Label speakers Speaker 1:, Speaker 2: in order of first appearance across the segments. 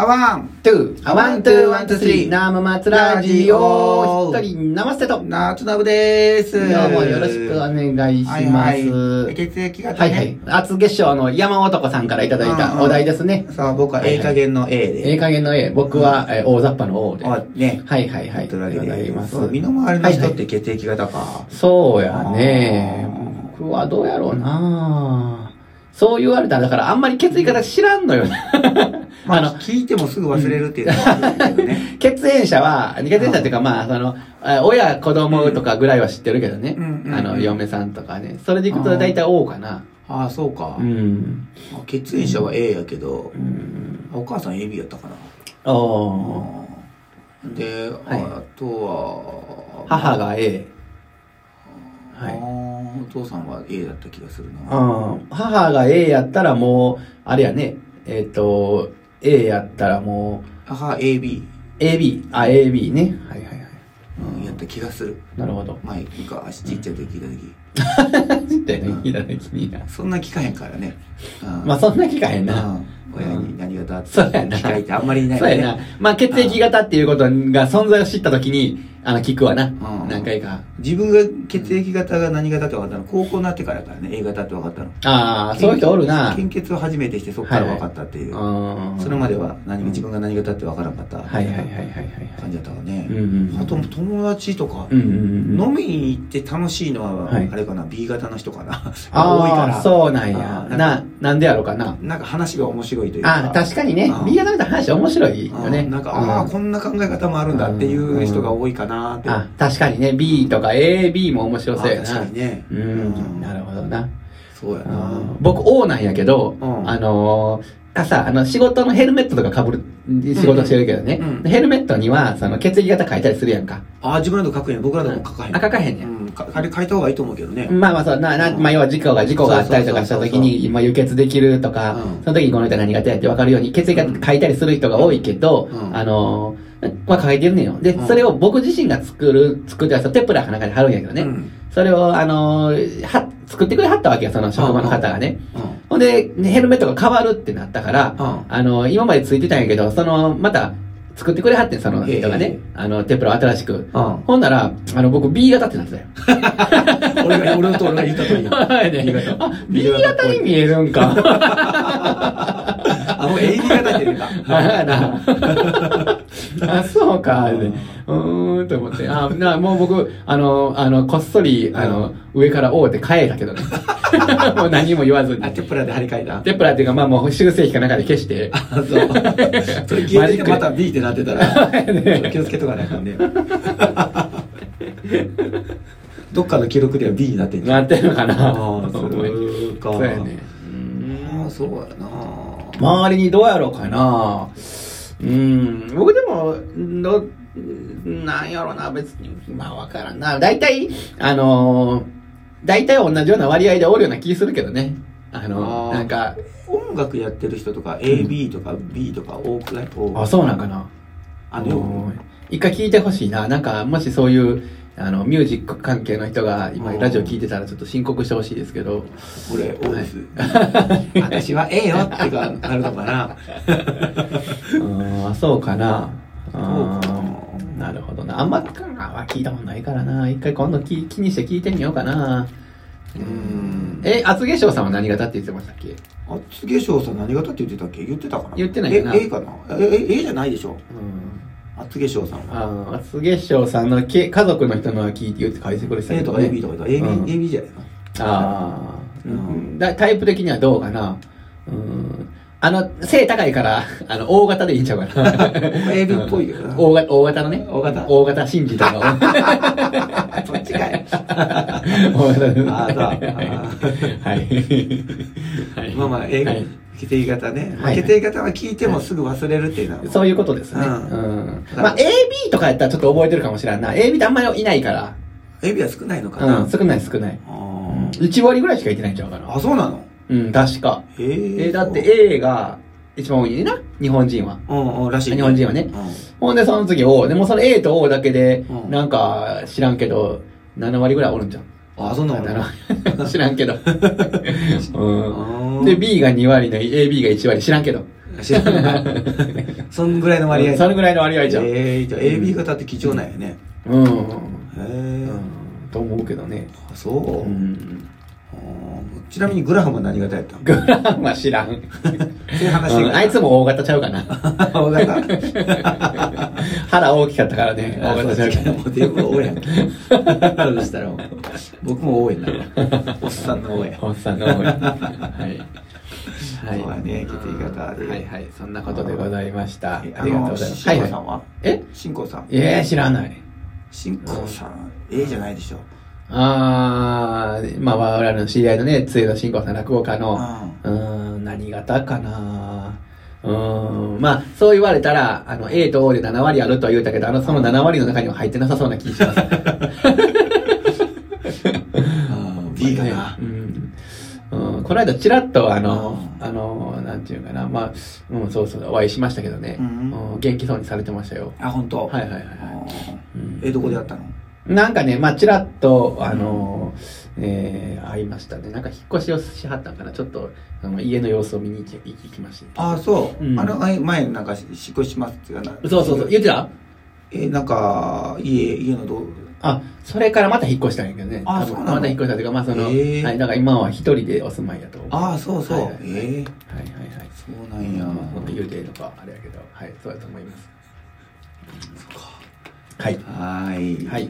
Speaker 1: あワン、トゥー、
Speaker 2: あワン、ツー、ワン、ツー、スリー、
Speaker 1: な、
Speaker 2: 生松ラジオ、一人生捨てと、ど
Speaker 1: なつのぶです。
Speaker 2: うもよろしくお願いし
Speaker 1: はい
Speaker 2: ま
Speaker 1: はい
Speaker 2: す。は
Speaker 1: 血液型
Speaker 2: い
Speaker 1: ね。
Speaker 2: はい。厚月賞の山男さんからいただいたお題ですね。
Speaker 1: さあ、僕は
Speaker 2: はいはい
Speaker 1: A 加減の A
Speaker 2: ええ
Speaker 1: で。
Speaker 2: 加減の A、僕はえー大雑把の O で。
Speaker 1: あ
Speaker 2: は、
Speaker 1: ね。
Speaker 2: いはいはい。
Speaker 1: というわけ
Speaker 2: いただ
Speaker 1: で
Speaker 2: きます
Speaker 1: そう身の回りの
Speaker 2: はい
Speaker 1: 人
Speaker 2: は
Speaker 1: っ
Speaker 2: い
Speaker 1: て血液型か。
Speaker 2: そうやね
Speaker 1: あー。
Speaker 2: 僕はどうやろうなそう言われたら、だからあんまり血液型知らんのよな。あ
Speaker 1: ま
Speaker 2: の
Speaker 1: あ、、聞いてもすぐ忘れるっていうのはあるけどね。
Speaker 2: 血縁者は、血縁者っていうか、まあ、その、あ親、子供とかぐらいは知ってるけどね。
Speaker 1: うんうんうん
Speaker 2: あの、嫁さんとかね。それでいくと大体 O かな。
Speaker 1: ああ、そうか
Speaker 2: う。ん。
Speaker 1: 血縁者は A やけど
Speaker 2: う、ん。
Speaker 1: お母さん AB やったかな。
Speaker 2: おー
Speaker 1: で、
Speaker 2: はい
Speaker 1: あとは、
Speaker 2: 母が A。
Speaker 1: あ
Speaker 2: はい。
Speaker 1: ー、お父さんは A だった気がするな。
Speaker 2: うん。母が A やったらもう、あれやね。えっ、と、A やったらもう、
Speaker 1: 母 AB
Speaker 2: AB。あ、AB ね。はいはいはい。
Speaker 1: うんやった気がする。
Speaker 2: なるほど。
Speaker 1: 前、昔ちっちゃい時聞いた時。
Speaker 2: ちったよね、ひらめきにな。
Speaker 1: そんな聞かへんからね。うん
Speaker 2: まあそんな機会やな。
Speaker 1: うん親に何がだって
Speaker 2: そうやな
Speaker 1: 機会ってあんまりいない
Speaker 2: そうやな。まあ血液型っていうことが存在を知ったときに、あの、聞くわな。
Speaker 1: ん
Speaker 2: 何回か。
Speaker 1: 自分が血液型が何型って分かったの高校になってからやからね A 型って分かったの
Speaker 2: ああ、そういう人おるな。
Speaker 1: 献血を初めてしてそこから分かったっていう、
Speaker 2: うん
Speaker 1: それまでは何自分が何型って分からなかった
Speaker 2: はいはいはいはいはいはい。
Speaker 1: 感じだったわね、
Speaker 2: うんうんうん
Speaker 1: あと友達とか、
Speaker 2: うんうんうん。
Speaker 1: 飲みに行って楽しいのは、
Speaker 2: はい
Speaker 1: あれかな B 型の人かな 多いか
Speaker 2: あ
Speaker 1: ら
Speaker 2: あ、そうなんや
Speaker 1: あ。ーなん
Speaker 2: な、なんでやろうかな。
Speaker 1: なんか話が面白いという
Speaker 2: ああ、確かにね
Speaker 1: う。ん
Speaker 2: B 型みたいな話面白いよね。
Speaker 1: うんなんか、
Speaker 2: うん
Speaker 1: ああ、こんな考え方もあるんだっていう人が多いかなって。
Speaker 2: あ、確かにね。B とか A、B も面白そうや
Speaker 1: あ確か
Speaker 2: な
Speaker 1: に。ね。
Speaker 2: うん、なるほどな。
Speaker 1: そうや
Speaker 2: あ
Speaker 1: な。
Speaker 2: ー僕 O なんやけど、
Speaker 1: うん
Speaker 2: あのー朝あの仕事のヘルメットとかかぶる仕事してるけどね、
Speaker 1: うん
Speaker 2: ヘルメットにはその血液型書いたりするやんか、
Speaker 1: ああ、自分らと書くんや。僕らとも書かへん。
Speaker 2: あ書かへんね、
Speaker 1: うんん。かあれ書いた方がいいと思うけどね。
Speaker 2: まあまあそうなな、
Speaker 1: うん
Speaker 2: まあ、要は事故が事故があったりとかした時に今輸血できるとか、
Speaker 1: うん
Speaker 2: その時にこの人何が手やって分かるように血液型書いたりする人が多いけど、
Speaker 1: うん
Speaker 2: あのーまあ書いてるねんよで、
Speaker 1: うん
Speaker 2: それを僕自身が作る作ってはテプラかなんかに貼るんやけどね、
Speaker 1: うん。うん。
Speaker 2: それをあのーは作ってくれはったわけよその職場の方がね、ほんで、ねヘルメットが変わるってなったから、
Speaker 1: うん
Speaker 2: あの、今までついてたんやけど、その、また、作ってくれはってんその人が
Speaker 1: え
Speaker 2: ね
Speaker 1: え。
Speaker 2: あの、テプラを新しく。
Speaker 1: うん
Speaker 2: ほんなら、あの、僕 B 型ってなってたよ。
Speaker 1: 俺が、俺のと俺が言ったとおりに。
Speaker 2: はいね
Speaker 1: B 型
Speaker 2: あ、B 型に見えるんか。
Speaker 1: あ、もう AB 型って言うんだ。
Speaker 2: あな あ、そうか。
Speaker 1: うん
Speaker 2: うーん、と思って。あ、な、もう僕、あの、あの、こっそり、あの、上から O って変えたけど ね。もう何も言わずに
Speaker 1: あ、。テプラで張り替えた。
Speaker 2: テプラっていうか、まあもう修正費かなんかで消して。
Speaker 1: あ、そう。それ聞
Speaker 2: マ
Speaker 1: い
Speaker 2: ジ
Speaker 1: てて
Speaker 2: ック
Speaker 1: また B ってなってたら、気をつけとかないかんね。どっかの記録では B になってんじゃん。
Speaker 2: なってるのかな
Speaker 1: ああ、そうか。
Speaker 2: そうやね。
Speaker 1: ああ、そうやな。
Speaker 2: 周りにどうやろうかなうん、僕でも、ど、なんやろな、別に、まあわからんな。大体、あのー、大体同じような割合でおるような気するけどね。あの、
Speaker 1: あー
Speaker 2: なんか、
Speaker 1: 音楽やってる人とか AB とか B とか多くない多い
Speaker 2: あ、そうなんかな。
Speaker 1: あ
Speaker 2: う
Speaker 1: の
Speaker 2: ん一回聞いてほしいな。なんか、もしそういう、あの、ミュージック関係の人が今、ラジオ聞いてたらちょっと申告してほしいですけど。
Speaker 1: 俺オース 私は A よってかなるのかな
Speaker 2: うん、そうかな。
Speaker 1: うかな
Speaker 2: うんなるほどな。あんまは聞いたことないからな。一回今度き気にして聞いてみようかな。
Speaker 1: うん
Speaker 2: え、厚化粧さんは何型って言ってましたっけ
Speaker 1: 厚化粧さん何型って言ってたっけ言ってたかな
Speaker 2: 言ってないかな
Speaker 1: え A かなええ A じゃないでしょ
Speaker 2: うん。
Speaker 1: 厚化粧さんは
Speaker 2: あの厚化粧さんのけ家族の人のは聞いて言って書いてくれてた
Speaker 1: A とか AB とか言った
Speaker 2: うん
Speaker 1: ABAB じゃないか
Speaker 2: ああ、
Speaker 1: うん
Speaker 2: だ。タイプ的にはどうかな。うん。あの、背高いから、あの、大型でいいんちゃうかな。
Speaker 1: な AB っぽいよな
Speaker 2: 大型、大型のね。
Speaker 1: 大型
Speaker 2: 大型信じとかを。
Speaker 1: あそっちかい
Speaker 2: 大型のね
Speaker 1: ああそうあ
Speaker 2: はい。はい。
Speaker 1: まあまあ A
Speaker 2: はい
Speaker 1: 血液型ねまあ
Speaker 2: はい
Speaker 1: 血液型は聞いてもすぐ忘れるっていうのは
Speaker 2: そういうことですね。
Speaker 1: う
Speaker 2: うんん。まあ、AB とかやったらちょっと覚えてるかもしれんな。AB ってあんまりいないから。
Speaker 1: AB は少ないのかな
Speaker 2: うん、少ない少ない。
Speaker 1: あ
Speaker 2: う
Speaker 1: ー
Speaker 2: ん、1割ぐらいしかいてないんちゃうかな。
Speaker 1: あ、そうなの
Speaker 2: うん、確か。
Speaker 1: え
Speaker 2: え、だって A が一番多いねんな。日本人は。
Speaker 1: うんうん、らしいね。
Speaker 2: 日本人はね
Speaker 1: うん。
Speaker 2: ほんで、その次 O。でもその A と O だけで
Speaker 1: う、ん
Speaker 2: なんか知らんけど、7割ぐらいおるんじゃん。
Speaker 1: あ、そんなもん
Speaker 2: 7 割知らんけど。うん。
Speaker 1: あー
Speaker 2: で、B が2割の AB が1割知らんけど。
Speaker 1: 知らない。 そんぐらいの割合。
Speaker 2: それぐらいの割合じゃん。
Speaker 1: えーと、AB 型って貴重なんやね。
Speaker 2: うん。
Speaker 1: へ
Speaker 2: う
Speaker 1: え。
Speaker 2: ん。と思うけどね。
Speaker 1: あそうう。
Speaker 2: ん。
Speaker 1: あーちなみにグラハムは何型やったの
Speaker 2: グランは知らん。
Speaker 1: そういう話して
Speaker 2: うんあいつも大型ちゃうかな。
Speaker 1: 大型。
Speaker 2: 腹大きかったからね。大型ちゃうか
Speaker 1: もう全部多い やん。そうしたらもう、僕も多いな。おっさんの多い
Speaker 2: な。。おっさんの 方が。はい。はい。
Speaker 1: そうやね決意型で
Speaker 2: はいはい。そんなことでございました。あり
Speaker 1: え
Speaker 2: が
Speaker 1: あ
Speaker 2: とう
Speaker 1: の、
Speaker 2: ございます。
Speaker 1: しんこさん
Speaker 2: は
Speaker 1: はい
Speaker 2: はいえ
Speaker 1: しんこさん
Speaker 2: い。。えー、知らない。
Speaker 1: しんこさん、A じゃないでしょ。
Speaker 2: あー、まあ我々の知り合いのね、つ田慎吾さん落語家の、
Speaker 1: う
Speaker 2: うーん、何型かなうーん、まあそう言われたら、あの、A と O で7割あるとは言うたけど、あの、その7割の中には入ってなさそうな気します。
Speaker 1: ん。B かな。
Speaker 2: うん。うん、この間、ちらっと、あの、
Speaker 1: うん
Speaker 2: あの、なんていうかな、まあ、うん、そうそう、お会いしましたけどね、
Speaker 1: うん
Speaker 2: うん元気そうにされてましたよ。
Speaker 1: あ、本当。
Speaker 2: はいはいはい
Speaker 1: あー
Speaker 2: うん
Speaker 1: え、どこでやったの
Speaker 2: なんかね、まあ、ちらっと、あの、えー会いましたね。なんか、引っ越しをしはったんかな、ちょっと、あの家の様子を見に行き行き行きましたね、
Speaker 1: あー、そう。
Speaker 2: うん
Speaker 1: あの、あい前、なんか、し引っ越ししますって言うかな。
Speaker 2: そうそうそう、言ってた
Speaker 1: え、なんか、家、家のどう、
Speaker 2: あ、それからまた引っ越したんやけどね。
Speaker 1: あ
Speaker 2: 多分
Speaker 1: そうなの
Speaker 2: また引っ越したというか、まあ、その、
Speaker 1: へー
Speaker 2: はい、だから今は一人でお住まいやと思う。
Speaker 1: あー、そうそう
Speaker 2: はいはい。
Speaker 1: えー、
Speaker 2: はいはいはい。
Speaker 1: そうなんや。
Speaker 2: そんな言うていいのか、あれやけど、はい、そうだと思います。はい。
Speaker 1: はーい。
Speaker 2: はい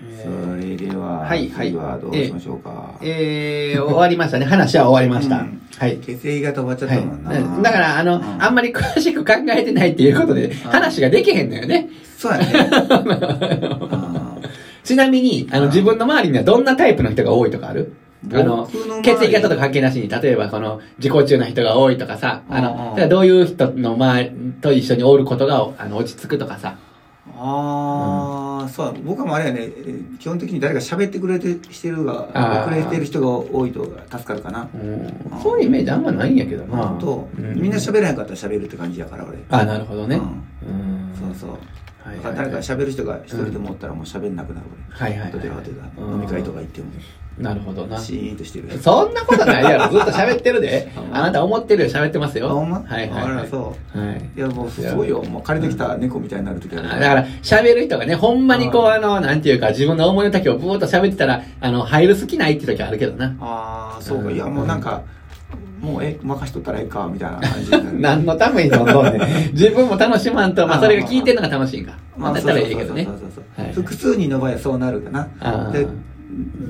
Speaker 1: それでは、
Speaker 2: はいはい
Speaker 1: 次はどうしましょうか。
Speaker 2: えー、終わりましたね。話は終わりました。
Speaker 1: うん
Speaker 2: はい。
Speaker 1: 血液型終わっちゃっ
Speaker 2: は
Speaker 1: たもんな。
Speaker 2: い、だから、あの、
Speaker 1: うん
Speaker 2: あんまり詳しく考えてないっていうことで、話ができへんのよね。
Speaker 1: そうや ね。あー
Speaker 2: ちなみに、あの、自分の周りにはどんなタイプの人が多いとかあるあの、
Speaker 1: 僕の周り
Speaker 2: 血液型とか関係なしに、例えば、その、自己中な人が多いとかさ、あ
Speaker 1: うんうん
Speaker 2: の、だからどういう人の周りと一緒におることが、あの、落ち着くとかさ。
Speaker 1: ああ、そう、僕はもうあれやね、えー基本的に誰か喋ってくれてしてる
Speaker 2: あ
Speaker 1: が、
Speaker 2: ー
Speaker 1: くれてる人が多いと助かるかな。
Speaker 2: うんそういうイメージあんまないんやけどな。
Speaker 1: あと、
Speaker 2: うん
Speaker 1: みんな喋らへんかったら喋るって感じやから、俺。
Speaker 2: あ、なるほどね。
Speaker 1: う
Speaker 2: うん。
Speaker 1: そうそう。
Speaker 2: はい
Speaker 1: だ
Speaker 2: は
Speaker 1: か
Speaker 2: い
Speaker 1: ら
Speaker 2: はい
Speaker 1: 誰か喋る人が一人でもおったらもう喋んなくなる、俺。
Speaker 2: はいはいはい
Speaker 1: 後で後で
Speaker 2: うん
Speaker 1: 飲み会とか行っても、
Speaker 2: なるほどな。
Speaker 1: シーンとしてる。。
Speaker 2: そんなことないやろ。ずっと喋ってるで
Speaker 1: ほんま
Speaker 2: あなた思ってるよ。喋ってますよ。
Speaker 1: あほんま
Speaker 2: はいはい、はい。
Speaker 1: あらそう。
Speaker 2: はい。
Speaker 1: いや、もうすごいよ。もう借りてきた猫みたいになる時あ
Speaker 2: だ
Speaker 1: る。
Speaker 2: から、喋る人がね、ほんまにこう、
Speaker 1: うん
Speaker 2: あの、なんていうか、自分の思いの丈をブーっと喋ってたら、あの、入る隙ないって時あるけどな。
Speaker 1: ああ、そう
Speaker 2: う
Speaker 1: か。
Speaker 2: ん
Speaker 1: いや、もうなんか、もう、え、任しとったらええか、みたいな感じに なる。
Speaker 2: 何のために飲んどんね ん自分も楽しまんと、まあ、それが聞いてるのが楽しいんか。まあ、だったらいいけどね
Speaker 1: そう。そうそうそう
Speaker 2: はい
Speaker 1: 複数人の場合はそうなるか
Speaker 2: あ
Speaker 1: な。
Speaker 2: ー
Speaker 1: で、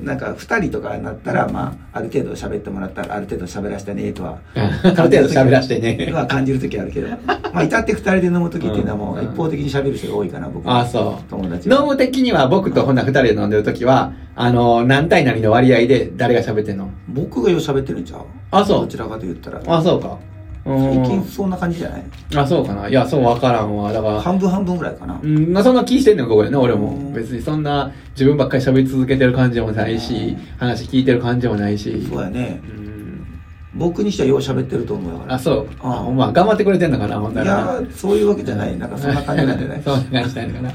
Speaker 1: なんか2人とかになったら、まあ、ある程度喋ってもらったら、ある程度喋らせてね、とは。
Speaker 2: ある程度喋らしてね。
Speaker 1: は感じる時あるけど。まあ、至って2人で飲む時っていうのはもう
Speaker 2: うん
Speaker 1: 一方的に喋る人が多いかな、僕
Speaker 2: あ、そう。
Speaker 1: 友達は
Speaker 2: 飲む的には僕とほんな二人で飲んでる時は、あの、何対何の割合で誰が喋ってんの
Speaker 1: 僕がよう喋ってるんちゃう
Speaker 2: あそう
Speaker 1: どちらかと言ったら。
Speaker 2: あ、そうか。う
Speaker 1: 最近
Speaker 2: ん。
Speaker 1: そんな感じじゃない
Speaker 2: あ、そうかな。いや、そうわからんわ。だから、
Speaker 1: 半分半分ぐらいかな
Speaker 2: う。ん、まあ、そんな気してんのか、これね、俺
Speaker 1: うん
Speaker 2: も。別にそんな自分ばっかり喋り続けてる感じもないし、話聞いてる感じもないし。
Speaker 1: そうやね
Speaker 2: う。ん。
Speaker 1: 僕にしてはよう喋ってると思うよだから。
Speaker 2: あ、そう。
Speaker 1: うん
Speaker 2: あ、ほんま、頑張ってくれてんのかな、ほんない
Speaker 1: や
Speaker 2: ら。
Speaker 1: ーそういうわけじゃないなんかそんな感じなんじゃない。
Speaker 2: そんな感じなんかな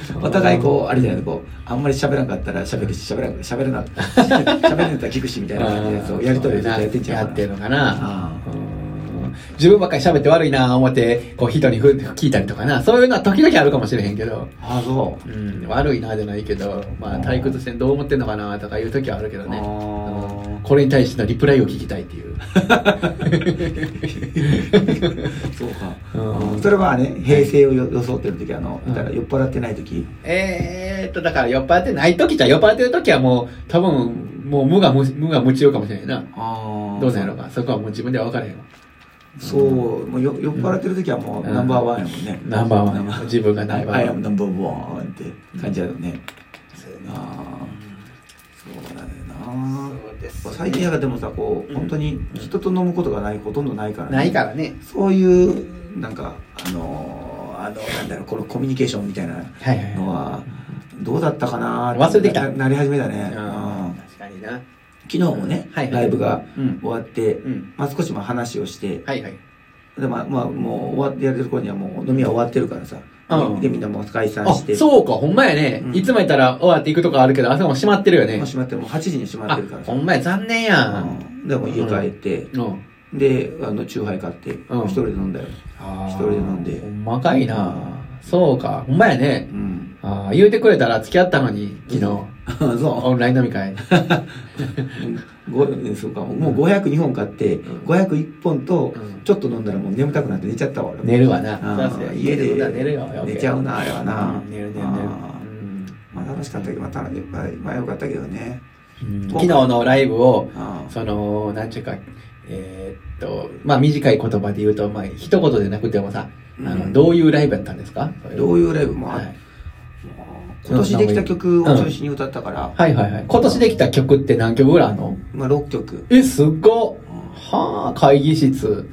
Speaker 1: お互いこうあれじゃないこうあんまり喋らなかったら喋るし喋らな喋らな喋れなったら聞くしみたいな感じでそうやりとりをずっとやってんちゃう
Speaker 2: やっ
Speaker 1: か
Speaker 2: て
Speaker 1: ら
Speaker 2: るのかな
Speaker 1: あ
Speaker 2: うん自分ばっかり喋って悪いな思ってこう人にふ聞いたりとかなそういうのは時々あるかもしれへんけど、
Speaker 1: ああそ
Speaker 2: うん、悪いなじゃないけど、まあ、退屈してどう思ってんのかなとかいう時はあるけど
Speaker 1: う
Speaker 2: ね
Speaker 1: ね
Speaker 2: これに対してのリプライを聞きたいっ ていう
Speaker 1: そうか
Speaker 2: うん
Speaker 1: それはね平成をよ装ってる時あのだから酔っ払ってない時
Speaker 2: えーっとだから酔っ払ってない時じゃ酔っ払ってる時はもう多分もう無が無無が無中かもしれないな
Speaker 1: あ
Speaker 2: どうせやろうかそこはもう自分では分からへんわ
Speaker 1: そうもうよ酔っ払ってる時はもう
Speaker 2: うん
Speaker 1: ナンバーワンやもんね
Speaker 2: ナンバーワン
Speaker 1: ナンバ
Speaker 2: 自分がナンバ
Speaker 1: ー
Speaker 2: ー
Speaker 1: ワ
Speaker 2: ワ
Speaker 1: ン
Speaker 2: ン
Speaker 1: ナンバーワンって感じやろね
Speaker 2: そうや
Speaker 1: ああそうだよな
Speaker 2: そうです
Speaker 1: 最近やからでもさこう本当に人と飲むことがないほとんどないから、ね、
Speaker 2: ないからね
Speaker 1: そういうなんかあのーあのなんだろうこのコミュニケーションみたいな
Speaker 2: はいはい
Speaker 1: のはどうだったかなー
Speaker 2: 忘れてき
Speaker 1: な
Speaker 2: た
Speaker 1: なり始めたね、
Speaker 2: は
Speaker 1: う
Speaker 2: い
Speaker 1: ん
Speaker 2: うん確かにな
Speaker 1: 昨日もね、
Speaker 2: はいはい
Speaker 1: ライブが
Speaker 2: うん
Speaker 1: 終わって、
Speaker 2: うん
Speaker 1: まあ、少しも話をして、
Speaker 2: はいはい
Speaker 1: でまあまあ、もう終わってやれてる頃にはもう飲みは終わってるからさ、
Speaker 2: うん
Speaker 1: でみんなもう解散
Speaker 2: あ
Speaker 1: して
Speaker 2: そうかほんまやね
Speaker 1: うん
Speaker 2: いつもやったら終わっていくとかあるけどあそこも閉まってるよ
Speaker 1: も
Speaker 2: ね
Speaker 1: う閉まってもう8時に閉まっ
Speaker 2: あ
Speaker 1: てるからさ
Speaker 2: ほんまや残念や
Speaker 1: うんんでもう家帰って、
Speaker 2: うん
Speaker 1: であのチューハイ買って一
Speaker 2: うん
Speaker 1: 人で飲んだよ、
Speaker 2: あー
Speaker 1: 一人で飲んで
Speaker 2: ほんまかいなそうかほんまやね
Speaker 1: うん、
Speaker 2: あー言うてくれたら付き合ったのに昨日
Speaker 1: あそ
Speaker 2: オンライン飲み会
Speaker 1: うごそうかもう502本買って
Speaker 2: うん
Speaker 1: 501本と
Speaker 2: うん
Speaker 1: ちょっと飲んだらもう眠たくなって寝ちゃったわ俺
Speaker 2: 寝るわな
Speaker 1: あ
Speaker 2: そう
Speaker 1: ー
Speaker 2: や
Speaker 1: 家で
Speaker 2: 寝るよ
Speaker 1: 寝ちゃうなあれはな、
Speaker 2: うん寝る寝る寝る
Speaker 1: あー
Speaker 2: うん
Speaker 1: まあ楽しかったけどまたやっぱりまあよかったけどね
Speaker 2: うん昨日のライブを
Speaker 1: あー
Speaker 2: そのなんちゅうかえーっとまあ短い言葉で言うとまあ一言でなくてもさあ
Speaker 1: う
Speaker 2: の
Speaker 1: ん
Speaker 2: どういうライブやったんですか
Speaker 1: どういうライブもあ
Speaker 2: は
Speaker 1: っ
Speaker 2: い
Speaker 1: 今年できた曲を中心に歌ったから、
Speaker 2: はいはいはい今年できた曲って何曲ぐらいあんの
Speaker 1: まあ6曲、
Speaker 2: えすっごっ
Speaker 1: う
Speaker 2: はあ会議室
Speaker 1: ん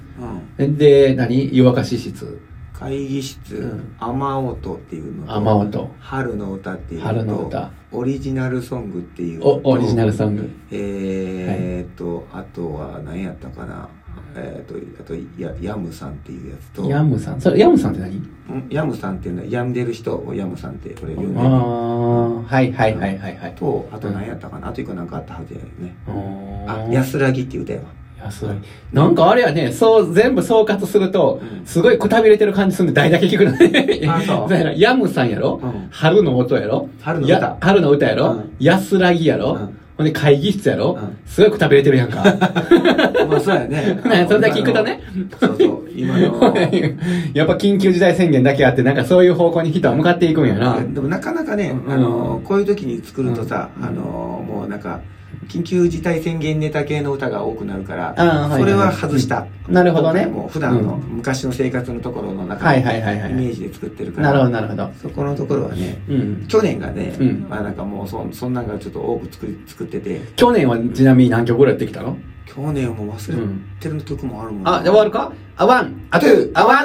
Speaker 1: うん
Speaker 2: で何湯沸かし室
Speaker 1: 会議室、
Speaker 2: うん
Speaker 1: 雨音っていうのと
Speaker 2: 雨音
Speaker 1: 春の歌っていうのと
Speaker 2: 春の歌
Speaker 1: オリジナルソングっていうのと
Speaker 2: おオリジナルソング
Speaker 1: えーっと、あとは何やったかなえーっとあとやヤムさんっていうやつと
Speaker 2: ヤムさんそれヤムさんって何
Speaker 1: うんヤムさんっていうのは病んでる人をヤムさんってこれ呼んで
Speaker 2: あ
Speaker 1: る
Speaker 2: あはいはいはいはいはい
Speaker 1: とあと何やったかな、あと一個なんかあったはずやよねあ
Speaker 2: あ
Speaker 1: 安らぎっていう歌やわ
Speaker 2: 安い。なんかあれやね、そう、全部総括すると
Speaker 1: う、ん
Speaker 2: すごいくたびれてる感じするんで、台だけ聞くのね。
Speaker 1: あ そう
Speaker 2: だからヤムさんやろ
Speaker 1: うん
Speaker 2: 春の音やろ
Speaker 1: 春の歌
Speaker 2: や春の歌や
Speaker 1: う
Speaker 2: ろ
Speaker 1: ん
Speaker 2: 安らぎや
Speaker 1: う
Speaker 2: ろ
Speaker 1: ん
Speaker 2: ほんで会議室やろ
Speaker 1: うん
Speaker 2: すごいくたびれてるやんか。
Speaker 1: まあそうやね
Speaker 2: ね それだけ聞くとね
Speaker 1: 今のそうそう今 の
Speaker 2: やっぱ緊急事態宣言だけあって、なんかそういう方向に人は向かっていくんやな。
Speaker 1: でもなかなかね、
Speaker 2: うん
Speaker 1: あのこういう時に作るとさ、
Speaker 2: うん
Speaker 1: あのもうなんか緊急事態宣言ネタ系の歌が多くなるから、
Speaker 2: あーはい
Speaker 1: それは外した、
Speaker 2: うんなるほどね
Speaker 1: もう普段の
Speaker 2: うん
Speaker 1: 昔の生活のところの中
Speaker 2: は
Speaker 1: の
Speaker 2: い
Speaker 1: イメ
Speaker 2: はいはいはい。
Speaker 1: ージで作ってるから、
Speaker 2: なるほどなるほど。
Speaker 1: そこのところはね
Speaker 2: うん。
Speaker 1: 去年がね、
Speaker 2: うん
Speaker 1: まあなんかもうそそんなんがちょっと多く作り作ってて
Speaker 2: 去年はちなみに何曲ぐらいやってきたの
Speaker 1: 去年も忘れてる曲もあるもんな、
Speaker 2: あ、じゃあ終わるかあ、ワン、あ、ツー、あ、ワン